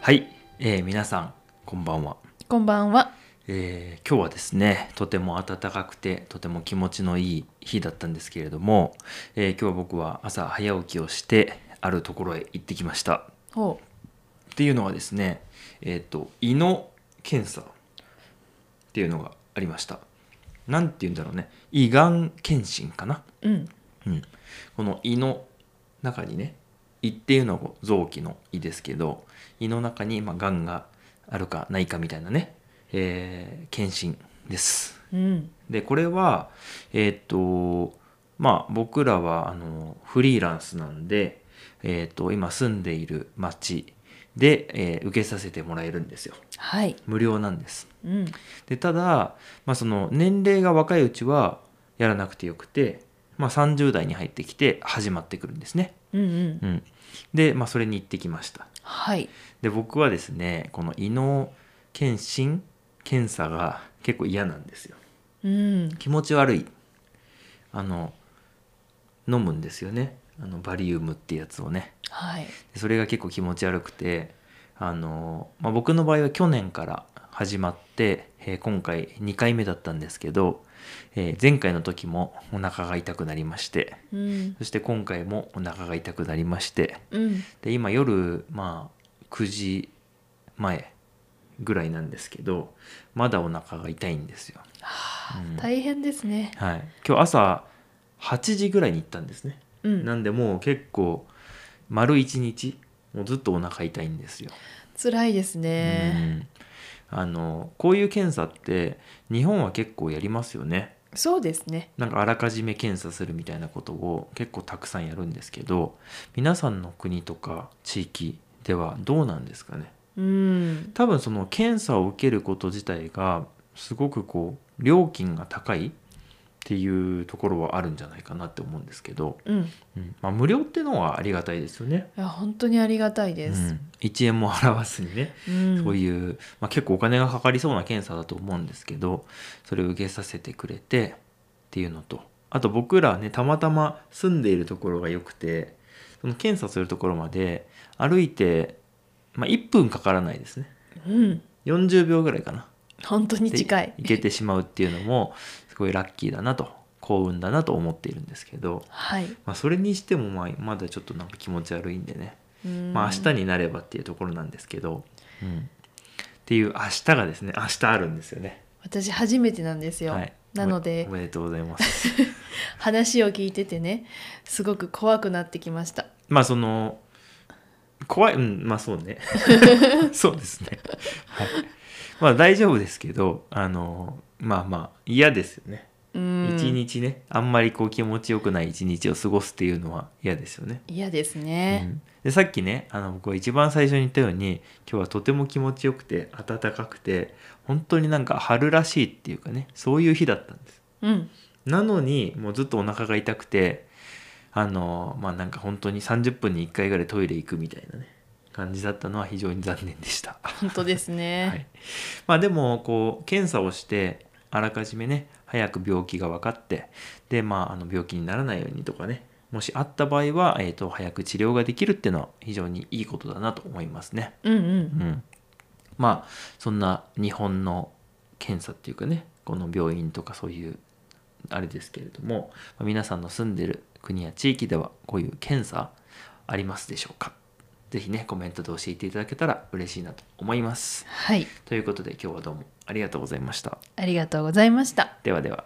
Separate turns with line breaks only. はい、えー皆さんこんばんは、
こんばんは。
えー今日はですねとても暖かくてとても気持ちのいい日だったんですけれども、えー今日は僕は朝早起きをしてあるところへ行ってきました
ほ
っていうのはですねえっ、と胃の検査っていうのがありましたなんて言うんだろうね胃がん検診かな
う。うん。
うん、この胃の中にね胃っていうのはこう臓器の胃ですけど胃の中にまあがんがあるかないかみたいなね、えー検診です。
うん。
でこれはえーっとまあ僕らはあのフリーランスなんで、えーっと今住んでいる町で、えー受けさせてもらえるんですよ。
はい。
無料なんです。
うん。
でただ、まあ、その年齢が若いうちはやらなくてよくて、まあ、30代に入ってきて始まってくるんですね。
うんうん。
うん、で、まあ、それに行ってきました。
はい。
で僕はですねこの胃の検診検査が結構嫌なんですよ。
うん。
気持ち悪いあの飲むんですよねあのバリウムってやつをね。
はい。
でそれが結構気持ち悪くてあの、まあ、僕の場合は去年から始まって、えー今回2回目だったんですけど、えー前回の時もお腹が痛くなりまして
うん。
そして今回もお腹が痛くなりまして
うん。
で今夜、まあ、9時前ぐらいなんですけどまだお腹が痛いんですよ、
はあ
うん
大変ですね。
はい、今日朝8時ぐらいに行ったんですね
うん。
なんでもう結構丸1日もうずっとお腹痛いんですよ
辛いですね。
うん、あのこういう検査って日本は結構やりますよね
そうですね。
なんかあらかじめ検査するみたいなことを結構たくさんやるんですけど皆さんの国とか地域ではどうなんですかね
うん。
多分その検査を受けること自体がすごくこう料金が高いっていうところはあるんじゃないかなって思うんですけど、
うん。い
うんまあ、無料ってのはありがたいですよね、
や、本当にありがたいで
う
す。
ん、1円も払わずにね
うん。
そういう、まあ、結構お金がかかりそうな検査だと思うんですけどそれを受けさせてくれてっていうのとあと僕らねたまたま住んでいるところが良くてその検査するところまで歩いて、まあ、1分かからないですね
うん。
40秒ぐらいかな
本当に
で
近い。
行けてしまうっていうのもすごいラッキーだなと幸運だなと思っているんですけど、
はい。
まあ、それにしてもまあまだちょっとなんか気持ち悪いんでねまあ、明日
に。
になればっていうところなんですけど、うんっていう明日がですね明日あるんですよね。
私初めてなんですよ。
はい、
なので
おめおめでとうございます。
話を聞いててね、すごく怖くなってきました。
まあその怖いうんまあそう ねそうですね。はい、まあ大丈夫ですけどあのまあまあ嫌ですよね。
うん。
一日ねあんまりこう気持ちよくない一日を過ごすっていうのは嫌ですよね。
嫌です
う
ね。
ん、でさっきねあの僕は一番最初に言ったように今日はとても気持ちよくて暖かくて本当になんか春らしいっていうかねそういう日だったんです
うん。
なのにもうずっとお腹が痛くてあのまあなんか本当に30分に1回ぐらいトイレ行くみたいなね感じだったのは非常に残念でした、
本当ですね。
はい、まあでもこう検査をしてあらかじめね早く病気が分かってでまああの病気にならないようにとかねもしあった場合は、えー、と早く治療ができるっていうのは非常にいいことだなと思いますね。
うんう。
うんん、まあそんな日本の検査っていうかねこの病院とかそういうあれですけれどもまあ皆さんの住んでる国や地域ではこういう検査ありますでしょうかぜひねコメントで教えていただけたら嬉しいなと思います。
はい。
ということで今日はどうもありがとうございました。
ありがとうございました。
ではでは。